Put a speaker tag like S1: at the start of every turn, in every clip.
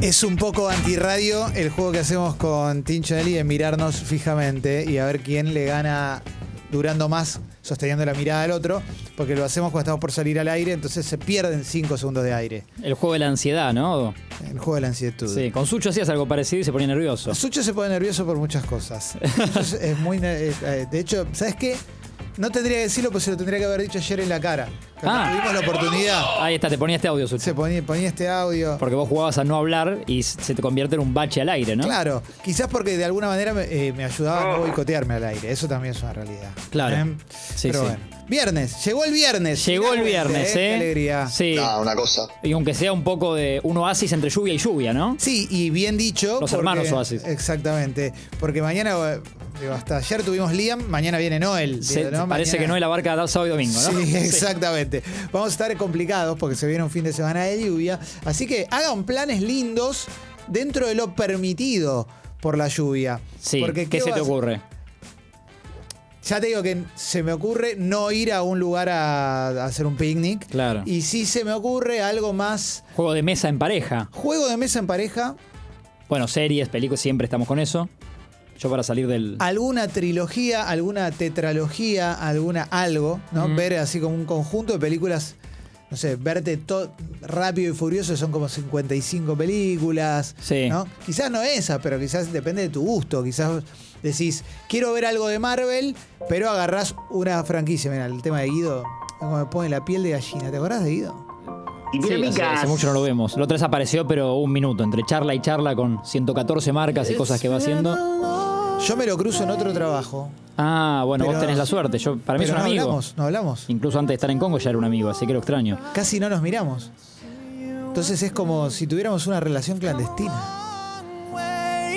S1: Es un poco antirradio el juego que hacemos con Tinchanelli de mirarnos fijamente y a ver quién le gana durando más sosteniendo la mirada al otro, porque lo hacemos cuando estamos por salir al aire, entonces se pierden 5 segundos de aire.
S2: El juego de la ansiedad, ¿no?
S1: El juego de la ansiedad.
S2: Sí, con Sucho hacías algo parecido y se ponía nervioso.
S1: Sucho se pone nervioso por muchas cosas. Sucho es- es muy. ne- es- eh, De hecho, ¿sabes qué? No tendría que decirlo, pues se lo tendría que haber dicho ayer en la cara. Cuando
S2: Ah.
S1: tuvimos la oportunidad,
S2: Ahí está, te ponía este audio, Sucho.
S1: se ponía, ponía este audio.
S2: Porque vos jugabas a no hablar y se te convierte en un bache al aire, ¿no?
S1: Claro, quizás porque de alguna manera me, eh, me ayudaba a no boicotearme al aire. Eso también es una realidad.
S2: Claro.
S1: ¿Eh?
S2: Sí,
S1: Pero
S2: sí.
S1: bueno. Viernes, llegó el viernes.
S2: Llegó el
S1: Finalmente,
S2: viernes,
S1: Qué
S2: ¿eh?
S1: alegría.
S2: Sí.
S3: No, Ah, una cosa.
S2: Y aunque sea un poco de un oasis entre lluvia y lluvia, ¿no?
S1: Sí, y bien dicho.
S2: Los hermanos Oasis.
S1: Exactamente. Porque mañana, eh, digo, hasta ayer tuvimos Liam, mañana viene Noel.
S2: Se-
S1: digo, ¿no?
S2: Parece
S1: Mañana-
S2: que no es la barca de sábado y domingo, ¿no?
S1: Sí, exactamente. Vamos a estar complicados porque se viene un fin de semana de lluvia. Así que hagan planes lindos dentro de lo permitido por la lluvia.
S2: Sí,
S1: Porque,
S2: ¿qué se
S1: vas-
S2: te ocurre?
S1: Ya te digo que se me ocurre no ir a un lugar a, a hacer un picnic.
S2: Claro.
S1: Y sí se me ocurre algo más.
S2: Juego de mesa en pareja.
S1: Juego de mesa en pareja,
S2: Bueno, series, películas, siempre estamos con eso. Yo para salir del...
S1: alguna trilogía, alguna tetralogía, alguna algo, ¿no? Ver así como un conjunto de películas, no sé, verte todo rápido y furioso, son como 55 películas,
S2: Sí.
S1: ¿no? Quizás no esa, pero quizás depende de tu gusto, quizás decís, quiero ver algo de Marvel, pero agarrás una franquicia, mira, el tema de Guido, como me pone la piel de gallina, ¿te acordás de Guido?
S2: Sí, hace, hace mucho no lo vemos. La otra desapareció, pero un minuto, entre charla y charla con 114 marcas y cosas que va haciendo.
S1: Yo me lo cruzo en otro trabajo.
S2: Ah, bueno,
S1: Pero-
S2: vos tenés la suerte. Yo, para mí es
S1: pero
S2: un
S1: no
S2: amigo.
S1: hablamos, no hablamos.
S2: Incluso antes de estar en Congo ya era un amigo, así que lo extraño.
S1: casi no nos miramos. Entonces es como si tuviéramos una relación clandestina.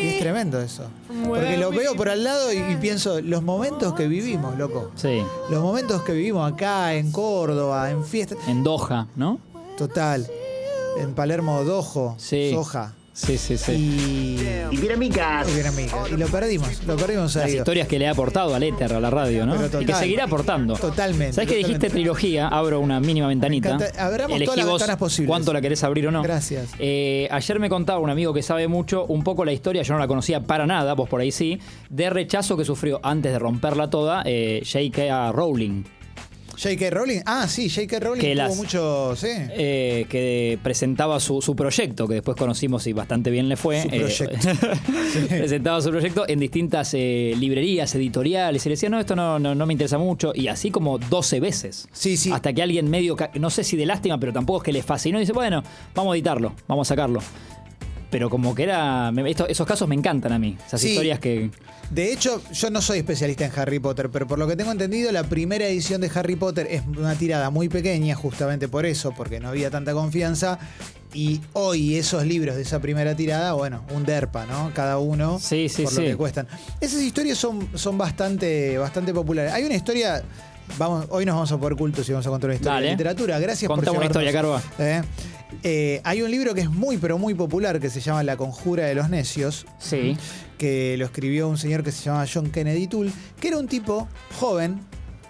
S1: Y es tremendo eso. Porque lo veo por al lado y, y pienso, los momentos que vivimos, loco.
S2: Sí,
S1: Los momentos que vivimos acá, en Córdoba, en fiestas.
S2: en Doha, ¿no?
S1: Total. En Palermo, Dojo,
S2: Sí.
S1: Soja.
S2: Sí, sí, sí.
S1: Y. Y bien amigas. Y lo perdimos, lo perdimos
S2: Las
S1: ahí.
S2: historias que le ha aportado al éter, a la radio, ¿no?
S1: Pero total.
S2: y que seguirá aportando.
S1: Totalmente,
S2: ¿Sabes que dijiste
S1: totalmente.
S2: trilogía? Abro una mínima ventanita.
S1: Me encanta. Abramos
S2: Elegí
S1: todas las
S2: vos
S1: ventanas posibles.
S2: ¿Cuánto la querés abrir o no?
S1: Gracias.
S2: Eh, ayer me contaba un amigo que sabe mucho, un poco la historia, yo no la conocía para nada, vos por ahí sí, de rechazo que sufrió antes de romperla toda eh, J.K. Rowling.
S1: J.K. Rowling. Ah, sí, J.K. Rowling
S2: Que
S1: tuvo
S2: las-
S1: mucho. Sí.
S2: eh, que presentaba su, su proyecto, que después conocimos y bastante bien le fue.
S1: Su
S2: Eh,
S1: proyecto.
S2: presentaba su proyecto en distintas eh, librerías, editoriales, y le decía, no, esto no, no, no me interesa mucho, y así como 12 veces.
S1: Sí, sí.
S2: Hasta que alguien medio, ca- no sé si de lástima, pero tampoco es que le fascinó, y dice, bueno, vamos a editarlo, vamos a sacarlo. Pero como que era... me- esto- esos casos me encantan a mí, esas
S1: Sí.
S2: historias que...
S1: De hecho, yo no soy especialista en Harry Potter, pero por lo que tengo entendido, la primera edición de Harry Potter es una tirada muy pequeña, justamente por eso, porque no había tanta confianza. Y hoy esos libros de esa primera tirada, bueno, un derpa, ¿no? Cada uno
S2: Sí, sí,
S1: por
S2: sí.
S1: lo que cuestan. Esas historias son, son bastante, bastante populares. Hay una historia. Vamos, hoy nos vamos a poner cultos y vamos a contar una historia
S2: Dale.
S1: de literatura. Gracias
S2: Contá
S1: por
S2: una
S1: llevarnos,
S2: historia,
S1: ¿eh? Eh, hay un libro que es muy, pero muy popular que se llama La Conjura de los Necios
S2: Sí.
S1: que lo escribió un señor que se llamaba John Kennedy Toole, que era un tipo joven,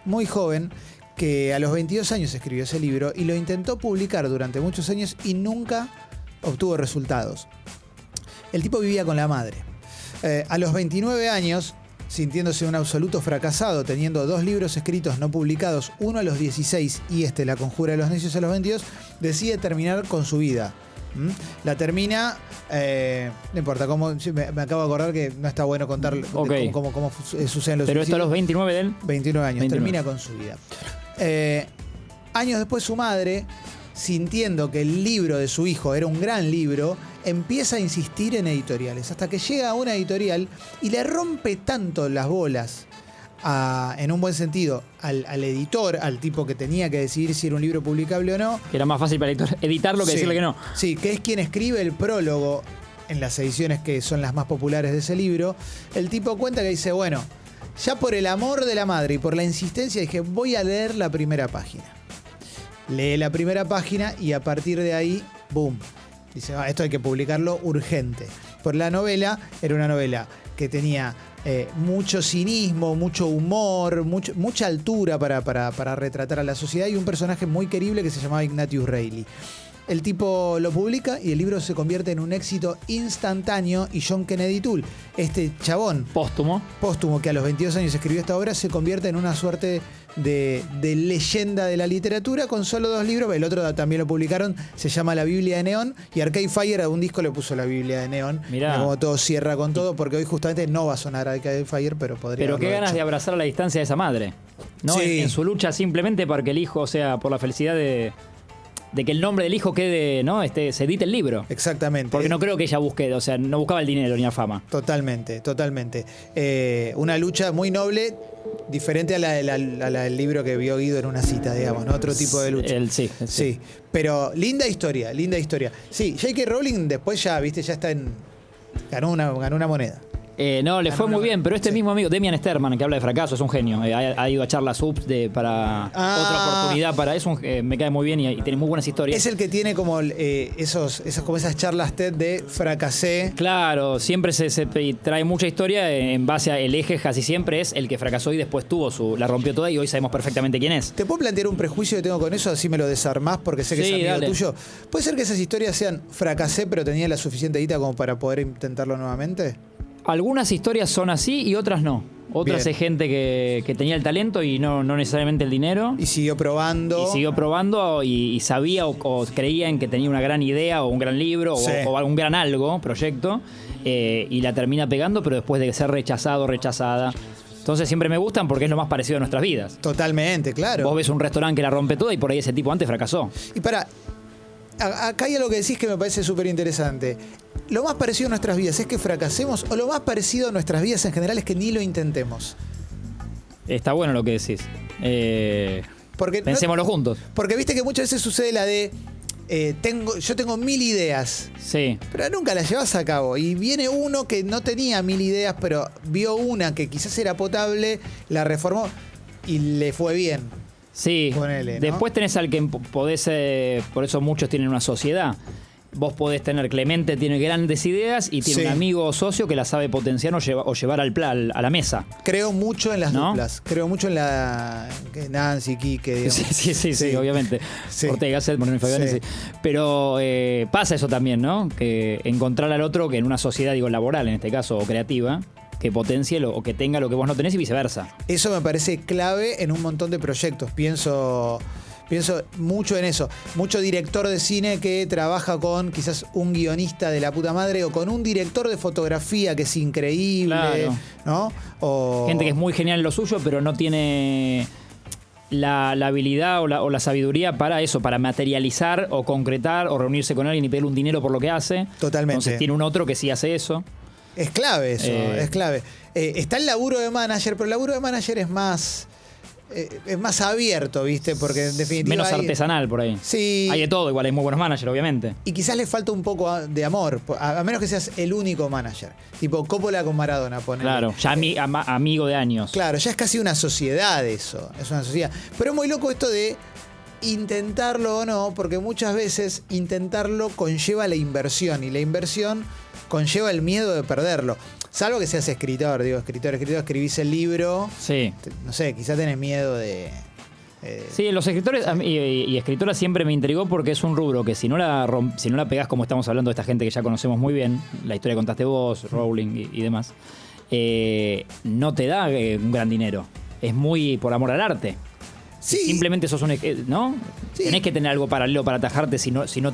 S1: muy joven, que a los 22 años escribió ese libro y lo intentó publicar durante muchos años y nunca obtuvo resultados. El tipo vivía con la madre. Eh, a los 29 años, sintiéndose un absoluto fracasado, teniendo dos libros escritos no publicados, uno a los 16 y este, La Conjura de los Necios a los 22, decide terminar con su vida. ¿Mm? La termina, eh, no importa, cómo, sí, me, me acabo de acordar que no está bueno contar de
S2: Ok.
S1: cómo, cómo- cómo fu- eh, suceden los
S2: Pero esto a los
S1: suicidios.
S2: 29 de él...
S1: 29 años,
S2: 29.
S1: termina con su vida. Eh, años después su madre, sintiendo que el libro de su hijo era un gran libro, empieza a insistir en editoriales, hasta que llega a una editorial y le rompe tanto las bolas. a- en un buen sentido, al, al editor, al tipo que tenía que decidir si era un libro publicable o no,
S2: Que era más fácil para editar- editarlo que
S1: Sí.
S2: decirle que no.
S1: Sí, que es quien escribe el prólogo en las ediciones que son las más populares de ese libro. El tipo cuenta que dice, bueno, ya por el amor de la madre y por la insistencia dije, voy a leer la primera página. Lee la primera página y a partir de ahí, boom. Dice, "Ah, esto hay que publicarlo urgente. Por la novela, era una novela que tenía eh, mucho cinismo, mucho humor, mucho- mucha altura para, para- para retratar a la sociedad y un personaje muy querible que se llamaba Ignatius Reilly. El tipo lo publica y el libro se convierte en un éxito instantáneo y John Kennedy Toole, este chabón
S2: Póstumo.
S1: póstumo que a los 22 años escribió esta obra, se convierte en una suerte de, de leyenda de la literatura con solo dos libros. El otro también lo publicaron, se llama La Biblia de Neón y Arcade Fire a un disco le puso La Biblia de Neón.
S2: Mirá.
S1: Y Como todo cierra con todo, porque hoy justamente no va a sonar Arcade Fire, pero podría
S2: Pero qué
S1: haberlo
S2: ganas
S1: hecho.
S2: de abrazar a la distancia de esa madre. ¿no?
S1: Sí.
S2: En, en su lucha simplemente para que el hijo, o sea, por la felicidad de, de que el nombre del hijo quede, ¿no? Este, se edite el libro.
S1: Exactamente.
S2: Porque no creo que ella busque, o sea, no buscaba el dinero ni la fama.
S1: Totalmente, totalmente. Eh, una lucha muy noble, diferente a la, de la- a la del libro que vio Guido en una cita, digamos, ¿no? Otro tipo de lucha.
S2: El, sí, el sí.
S1: Sí, pero linda historia, linda historia. Sí, J.K. Rowling después ya, viste, ya está en. Ganó una, ganó una moneda.
S2: Eh, no, le
S1: Ah,
S2: fue
S1: no,
S2: muy
S1: no,
S2: bien, pero este
S1: sí.
S2: mismo amigo, Demian Sterman, que habla de fracaso, es un genio. Eh, ha, ha ido a charlas UPS de, para
S1: Ah.
S2: otra oportunidad para eso. me cae muy bien y, y tiene muy buenas historias.
S1: Es el que tiene como eh, esos, esas, como esas charlas TED de fracasé.
S2: Claro, siempre se, se pe- trae mucha historia en base a el eje, casi siempre es el que fracasó y después tuvo su. La rompió toda y hoy sabemos perfectamente quién es.
S1: ¿Te puedo plantear un prejuicio que tengo con eso? Así me lo desarmás porque sé que es
S2: Sí,
S1: amigo
S2: dale.
S1: tuyo. ¿Puede ser que esas historias sean fracasé, pero tenía la suficiente guita como para poder intentarlo nuevamente?
S2: Algunas historias son así y otras no. Otras
S1: Bien.
S2: es gente que, que tenía el talento y no, no necesariamente el dinero.
S1: Y siguió probando.
S2: Y siguió probando y, y sabía o, o creía en que tenía una gran idea o un gran libro o-
S1: Sí.
S2: o, algún gran algo, proyecto, eh, y la termina pegando, pero después de ser rechazado, rechazada. Entonces siempre me gustan porque es lo más parecido a nuestras vidas.
S1: Totalmente,
S2: Vos
S1: claro.
S2: ves un restaurante que la rompe toda y por ahí ese tipo antes fracasó.
S1: Y para, a- acá hay algo que decís que me parece súper interesante. Lo más parecido a nuestras vidas es que fracasemos o lo más parecido a nuestras vidas en general es que ni lo intentemos.
S2: Está bueno lo que decís. Eh,
S1: Porque, no-
S2: pensémoslo juntos.
S1: porque viste que muchas veces sucede la de, eh, tengo, yo tengo mil ideas,
S2: Sí.
S1: pero nunca las llevas a cabo. Y viene uno que no tenía mil ideas, pero vio una que quizás era potable, la reformó y le fue bien.
S2: Sí.
S1: Ponele, ¿no?
S2: Después tenés al que emp- podés, eh, por eso muchos tienen una sociedad. Vos podés tener, Clemente tiene grandes ideas y tiene
S1: Sí.
S2: un amigo o socio que la sabe potenciar o, lleva- o llevar al, pla- al- a la mesa.
S1: Creo mucho en las
S2: ¿No?
S1: duplas. Creo mucho en la que Nancy, Quique, digamos.
S2: Sí, sí, sí, sí,
S1: Sí.
S2: obviamente.
S1: Sí.
S2: Ortega, Selman, Fabián,
S1: Sí.
S2: sí. Pero eh, pasa eso también, ¿no? Que encontrar al otro que en una sociedad, digo, laboral en este caso, o creativa, que potencie lo, o que tenga lo que vos no tenés y viceversa.
S1: Eso me parece clave en un montón de proyectos. Pienso, pienso mucho en eso. Mucho director de cine que trabaja con quizás un guionista de la puta madre o con un director de fotografía que es increíble,
S2: Claro.
S1: ¿no? O-
S2: Gente que es muy genial en lo suyo, pero no tiene la, la habilidad o la, o la sabiduría para eso, para materializar o concretar o reunirse con alguien y pedirle un dinero por lo que hace.
S1: Totalmente.
S2: Entonces tiene un otro que sí hace eso.
S1: Es clave eso,
S2: Eh.
S1: es clave. Eh, está el laburo de manager, pero el laburo de manager es más, eh, es más abierto, ¿viste? Porque en definitiva.
S2: Menos
S1: hay-
S2: artesanal por ahí.
S1: Sí.
S2: Hay de todo, igual hay muy buenos managers, obviamente.
S1: Y quizás le falta un poco a- de amor, po- a, a menos que seas el único manager. Tipo Coppola con Maradona, ponele.
S2: Claro, ya ami- ama- amigo de años.
S1: Claro, ya es casi una sociedad eso. Es una sociedad. Pero es muy loco esto de intentarlo o no, porque muchas veces intentarlo conlleva la inversión y la inversión conlleva el miedo de perderlo. Salvo que seas escritor, digo, escritor, escritor, escribís el libro.
S2: Sí.
S1: te- No sé, quizás tenés miedo de. eh,
S2: Sí, los escritores a mí- y, y escritoras siempre me intrigó porque es un rubro que si no la rom- si no la pegás como estamos hablando de esta gente que ya conocemos muy bien, la historia que contaste vos, Rowling y, y demás, eh, no te da eh, un gran dinero. Es muy por amor al arte.
S1: sí,
S2: Simplemente sos un... es- eh, ¿No?
S1: Sí.
S2: Tenés que tener algo paralelo para atajarte si no, si no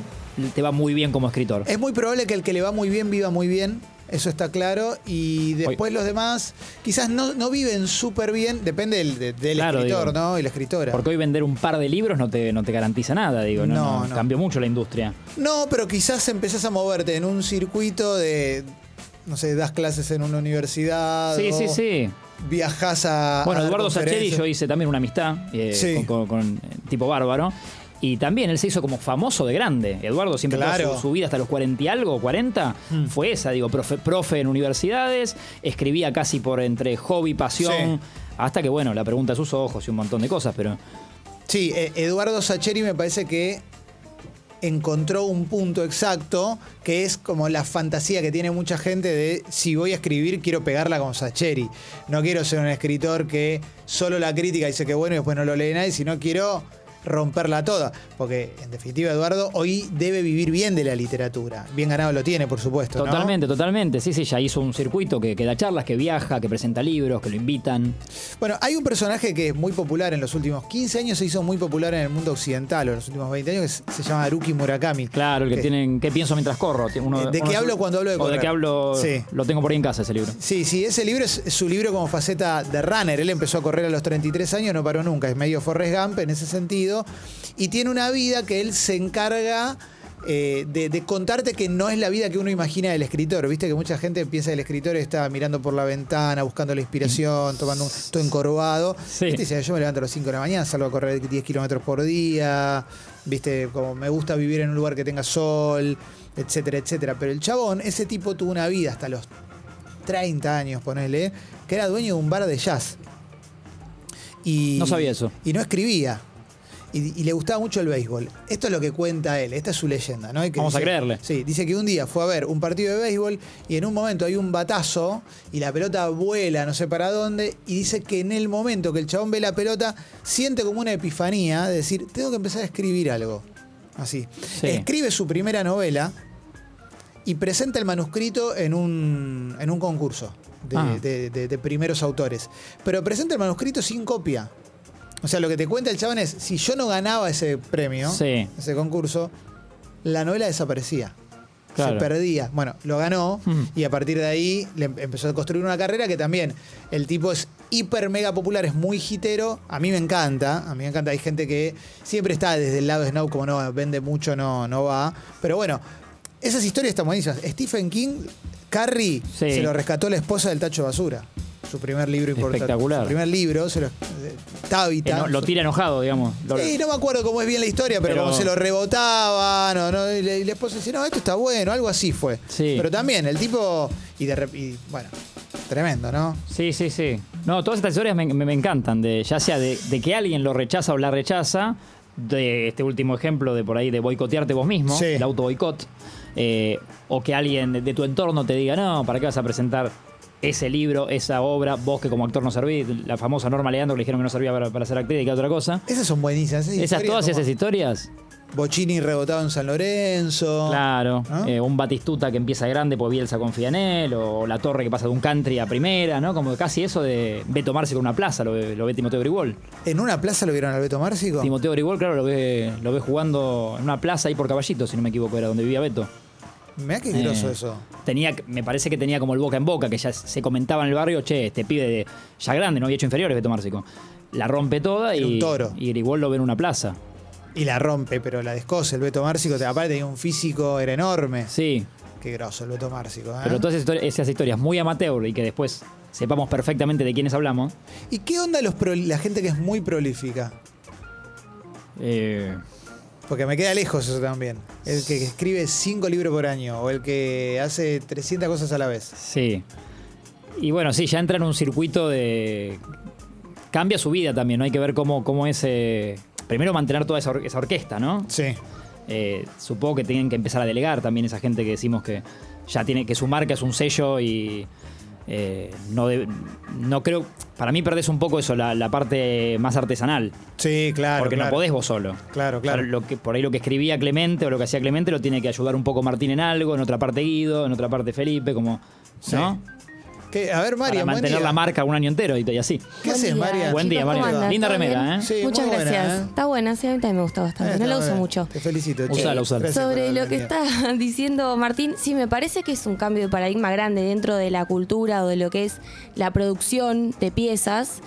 S2: te va muy bien como escritor.
S1: Es muy probable que el que le va muy bien viva muy bien, eso está claro. Y después los demás quizás no, no viven súper bien, depende del, de- del
S2: Claro,
S1: escritor,
S2: digo.
S1: ¿no? Y la escritora.
S2: Porque hoy vender un par de libros no te, no te garantiza nada, digo. No,
S1: No,
S2: no,
S1: no.
S2: Cambió mucho la industria.
S1: No, pero quizás empezás a moverte en un circuito de, no sé, das clases en una universidad.
S2: Sí,
S1: o
S2: sí, sí.
S1: Viajás a... a
S2: Bueno,
S1: dar
S2: Eduardo Sacheri
S1: conferencias.
S2: yo hice también una amistad eh,
S1: Sí.
S2: con, con- con, eh, tipo bárbaro. Y también él se hizo como famoso de grande. Eduardo siempre toda
S1: Claro.
S2: su, su vida hasta los 40 y algo, 40, fue esa, digo, profe, profe en universidades, escribía casi por entre hobby, pasión, hasta que bueno, la pregunta de sus ojos y un montón de cosas, pero
S1: Sí, eh, Eduardo Sacheri me parece que encontró un punto exacto que es como la fantasía que tiene mucha gente de si voy a escribir quiero pegarla con Sacheri. No quiero ser un escritor que solo la crítica dice que bueno y después no lo lee nadie, sino quiero romperla toda. Porque, en definitiva, Eduardo hoy debe vivir bien de la literatura. Bien ganado lo tiene, por supuesto. ¿no?
S2: Totalmente, totalmente. Sí, sí, ya hizo un circuito que, que da charlas, que viaja, que presenta libros, que lo invitan.
S1: Bueno, hay un personaje que es muy popular en los últimos 15 años, se hizo muy popular en el mundo occidental, o en los últimos 20 años, que es- se llama Haruki Murakami.
S2: Claro, el que
S1: ¿Qué?
S2: tienen. ¿Qué pienso mientras corro? Tiene uno-
S1: Eh, ¿de
S2: uno
S1: qué hablo cuando hablo de
S2: o
S1: correr?
S2: de qué hablo?
S1: Sí.
S2: Lo tengo por ahí en casa ese libro.
S1: Sí, sí, ese libro es su libro como faceta de runner. Él empezó a correr a los 33 años, no paró nunca. Es medio Forrest Gump en ese sentido. Y tiene una vida que él se encarga eh, de, de contarte que no es la vida que uno imagina del escritor. Viste que mucha gente piensa que el escritor está mirando por la ventana, buscando la inspiración, tomando un todo encorvado.
S2: Mm. Sí.
S1: Viste, dice, yo me levanto a las 5 de la mañana, salgo a correr 10 kilómetros por día. Viste, como me gusta vivir en un lugar que tenga sol, etcétera, etcétera. Pero el chabón, ese tipo tuvo una vida hasta los 30 años, ponele, que era dueño de un bar de jazz. Y,
S2: No sabía eso.
S1: Y no escribía. Y, y le gustaba mucho el béisbol. Esto es lo que cuenta él, esta es su leyenda, ¿no? Y que
S2: Vamos a
S1: dice-
S2: creerle.
S1: Sí, dice que un día fue a ver un partido de béisbol y en un momento hay un batazo y la pelota vuela no sé para dónde y dice que en el momento que el chabón ve la pelota siente como una epifanía de decir, tengo que empezar a escribir algo. Así.
S2: Sí.
S1: Escribe su primera novela y presenta el manuscrito en un, en un concurso de,
S2: Ah.
S1: de- de- de primeros autores. Pero presenta el manuscrito sin copia. O sea, lo que te cuenta el chabón es, si yo no ganaba ese premio,
S2: Sí.
S1: ese concurso, la novela desaparecía.
S2: Claro.
S1: Se perdía. Bueno, lo ganó
S2: Mm.
S1: y a partir de ahí le em- empezó a construir una carrera que también el tipo es hiper mega popular, es muy hitero. A mí me encanta, a mí me encanta. Hay gente que siempre está desde el lado de Snow, como no, vende mucho, no, no va. Pero bueno, esas historias están buenísimas. Stephen King, Carrie,
S2: Sí.
S1: se lo rescató la esposa del tacho de basura. Su primer libro importante.
S2: Espectacular.
S1: Su primer libro, se lo. eh,
S2: Eh,
S1: Tabitha.
S2: no, lo
S1: su-
S2: tira enojado, digamos. Lo-
S1: Sí, no me acuerdo cómo es bien la historia, pero,
S2: Pero-
S1: como se lo rebotaban, o no, y, le- y la esposa decía, no, esto está bueno, algo así fue.
S2: Sí.
S1: Pero también, el tipo, y de rep- y, bueno, tremendo, ¿no?
S2: Sí, sí, sí. No, todas estas historias me, me- me encantan, de, ya sea de, de que alguien lo rechaza o la rechaza, de este último ejemplo de por ahí de boicotearte vos mismo,
S1: Sí.
S2: el auto boicot, eh, o que alguien de, de tu entorno te diga, no, ¿para qué vas a presentar ese libro, esa obra, vos que como actor no servís, la famosa Norma Leandro que le dijeron que no servía para, para ser actriz y que otra cosa.
S1: Esas son buenísimas. Esas,
S2: Esas,
S1: historias
S2: todas
S1: como
S2: esas historias,
S1: Bochini rebotado en San Lorenzo.
S2: claro,
S1: ¿no?
S2: eh, un Batistuta que empieza grande porque Bielsa confía en él, o la torre que pasa de un country a primera, ¿no? Como casi eso de, de tomarse con una plaza, lo, ve- lo ve Timoteo Grigol.
S1: ¿En una plaza lo vieron a Alberto Márcico?
S2: Timoteo Grigol, claro, lo ve, lo ve jugando en una plaza ahí por caballito, si no me equivoco, era donde vivía Beto.
S1: Mirá qué groso
S2: Eh,
S1: eso.
S2: Tenía, me parece que tenía como el boca en boca, que ya se comentaba en el barrio, che, este pibe de, ya grande, no había hecho inferiores, Beto Márcico. La rompe toda y,
S1: Era un toro.
S2: y Grigol lo ve en una plaza.
S1: Y la rompe, pero la descoce el Beto Márcico. te- Aparte tenía un físico, era enorme.
S2: Sí,
S1: Qué groso el Beto Márcico. ¿eh?
S2: pero todas esas historias, esas historias muy amateur y que después sepamos perfectamente de quiénes hablamos,
S1: ¿Y qué onda los pro- la gente que es muy prolífica?
S2: eh,
S1: Porque me queda lejos eso también. El que escribe cinco libros por año o el que hace 300 cosas a la vez.
S2: Sí. Y bueno, sí, ya entra en un circuito de. Cambia su vida también, ¿no? Hay que ver cómo, cómo es. eh, Primero mantener toda esa, or- esa orquesta, ¿no?
S1: Sí.
S2: Eh, supongo que tienen que empezar a delegar también esa gente que decimos que ya tiene que su marca es un sello y eh, no, de- no creo. Para mí perdés un poco eso, la, la parte más artesanal.
S1: Sí, claro.
S2: porque
S1: claro.
S2: no podés vos solo.
S1: Claro, claro.
S2: Lo que, por ahí lo que escribía Clemente o lo que hacía Clemente lo tiene que ayudar un poco Martín en algo, en otra parte Guido, en otra parte Felipe, como.
S1: Sí.
S2: ¿No?
S1: ¿Qué? A ver, Marian. buen
S2: para mantener
S1: día.
S2: la marca un año entero y, y así.
S1: ¿Qué
S3: Buen
S1: haces,
S3: día,
S1: Marian?
S2: Buen día,
S3: chicos,
S2: María.
S3: ¿cómo andan?
S2: Linda
S3: ¿Todo
S2: remera,
S3: bien?
S2: ¿eh?
S1: Sí,
S3: Muchas
S1: muy buena,
S3: gracias.
S1: ¿eh?
S3: Está buena, sí, a mí también me gusta bastante.
S1: Eh,
S3: no la
S1: está
S3: uso
S1: bien.
S3: mucho.
S1: Te felicito. che.
S2: Usala, usala.
S1: Gracias por
S3: Sobre
S1: haber
S3: lo que
S1: venido.
S3: está diciendo Martín, sí, me parece que es un cambio de paradigma grande dentro de la cultura o de lo que es la producción de piezas.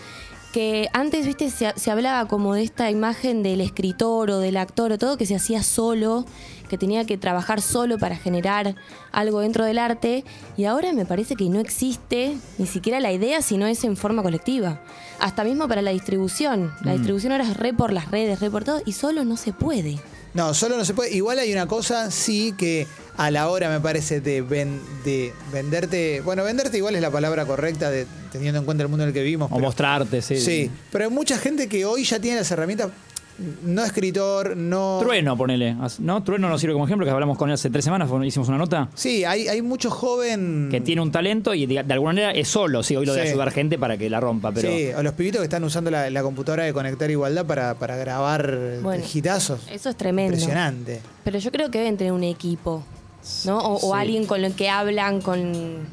S3: Que antes, viste, se, se hablaba como de esta imagen del escritor o del actor o todo que se hacía solo, que tenía que trabajar solo para generar algo dentro del arte. Y ahora me parece que no existe ni siquiera la idea si no es en forma colectiva. Hasta mismo para la distribución. La distribución ahora es re por las redes, re por todo, y solo no se puede.
S1: No, solo no se puede. Igual hay una cosa, sí, que a la hora me parece de, ven- de venderte. Bueno, venderte igual es la palabra correcta, de- teniendo en cuenta el mundo en el que vivimos.
S2: O
S1: pero-
S2: mostrarte, sí.
S1: Sí, pero hay mucha gente que hoy ya tiene las herramientas. no escritor, no...
S2: Trueno, ponele. ¿No? Trueno nos sirve como ejemplo, que hablamos con él hace tres semanas, fue- hicimos una nota.
S1: Sí, hay, hay mucho joven...
S2: Que tiene un talento y de, de alguna manera es solo, sí, hoy lo de
S1: Mm. Sí.
S2: ayudar gente para que la rompa, pero.
S1: Sí, o los pibitos que están usando la, la computadora de Conectar Igualdad para, para grabar
S3: Bueno,
S1: gitazos.
S3: Eso es tremendo.
S1: Impresionante.
S3: Pero yo creo que deben tener un equipo, ¿no? O, o
S2: Sí.
S3: alguien con el que hablan, con,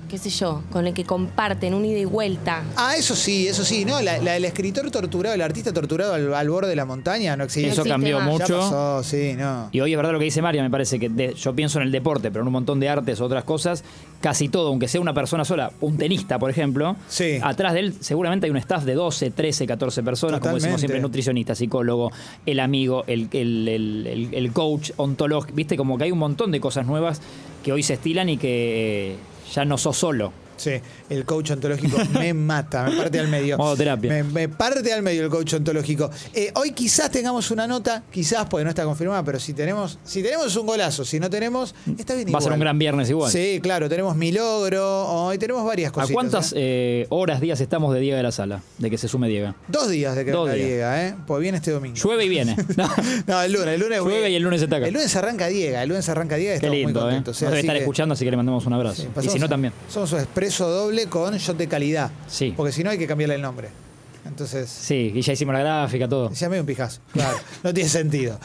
S3: qué sé yo, con el que comparten un ida y vuelta.
S1: Ah, eso sí, eso sí, ¿no? La, la del escritor torturado, el artista torturado al, al borde de la montaña no existe.
S2: Eso
S3: existe
S2: cambió
S3: más. Ya
S1: Ya
S2: mucho.
S1: pasó, sí, no.
S2: Y hoy es verdad lo que dice María, me parece que de- yo pienso en el deporte, pero en un montón de artes, otras cosas, casi todo, aunque sea una persona sola, un tenista, por ejemplo,
S1: Sí.
S2: atrás de él seguramente hay un staff de 12, 13, 14 personas, como decimos
S1: Totalmente.
S2: siempre, nutricionista, psicólogo, el amigo, el, el- el- el- el coach, ontológico, viste, como que hay un montón de cosas nuevas que hoy se estilan y que eh, ya no sos solo.
S1: Sí, el coach ontológico me mata, me parte al medio.
S2: Modo terapia.
S1: Me, me parte al medio el coach ontológico. Eh, hoy quizás tengamos una nota, quizás porque no está confirmada, pero si tenemos, si tenemos un golazo, si no tenemos, está bien
S2: Va a ser
S1: igual.
S2: un gran viernes igual.
S1: Sí, claro, tenemos mi logro, hoy tenemos varias
S2: ¿A
S1: cositas.
S2: cuántas
S1: ¿eh?
S2: eh, horas, días estamos de Diego de la Sala? De que se sume Diego.
S1: Dos días de que
S2: Dos
S1: venga
S2: días.
S1: Diego, ¿eh? Pues viene este domingo.
S2: Llueve y viene. No.
S1: No, el lunes, el lunes.
S2: Llueve y el lunes se taca.
S1: El lunes arranca Diego, el lunes arranca Diego, y
S2: Qué
S1: estamos muy
S2: lindo, ¿eh?
S1: contentos.
S2: Nos
S1: ¿eh?
S2: debe
S1: Así
S2: estar
S1: que-
S2: escuchando, así que le mandamos un abrazo.
S1: sí,
S2: y
S1: pasamos-
S2: si no, también.
S1: Somos un expreso doble con shot de calidad.
S2: Sí.
S1: Porque si no hay que cambiarle el nombre. Entonces,
S2: Sí, y ya hicimos la gráfica, todo.
S1: ya medio un pijazo. Claro, no tiene sentido.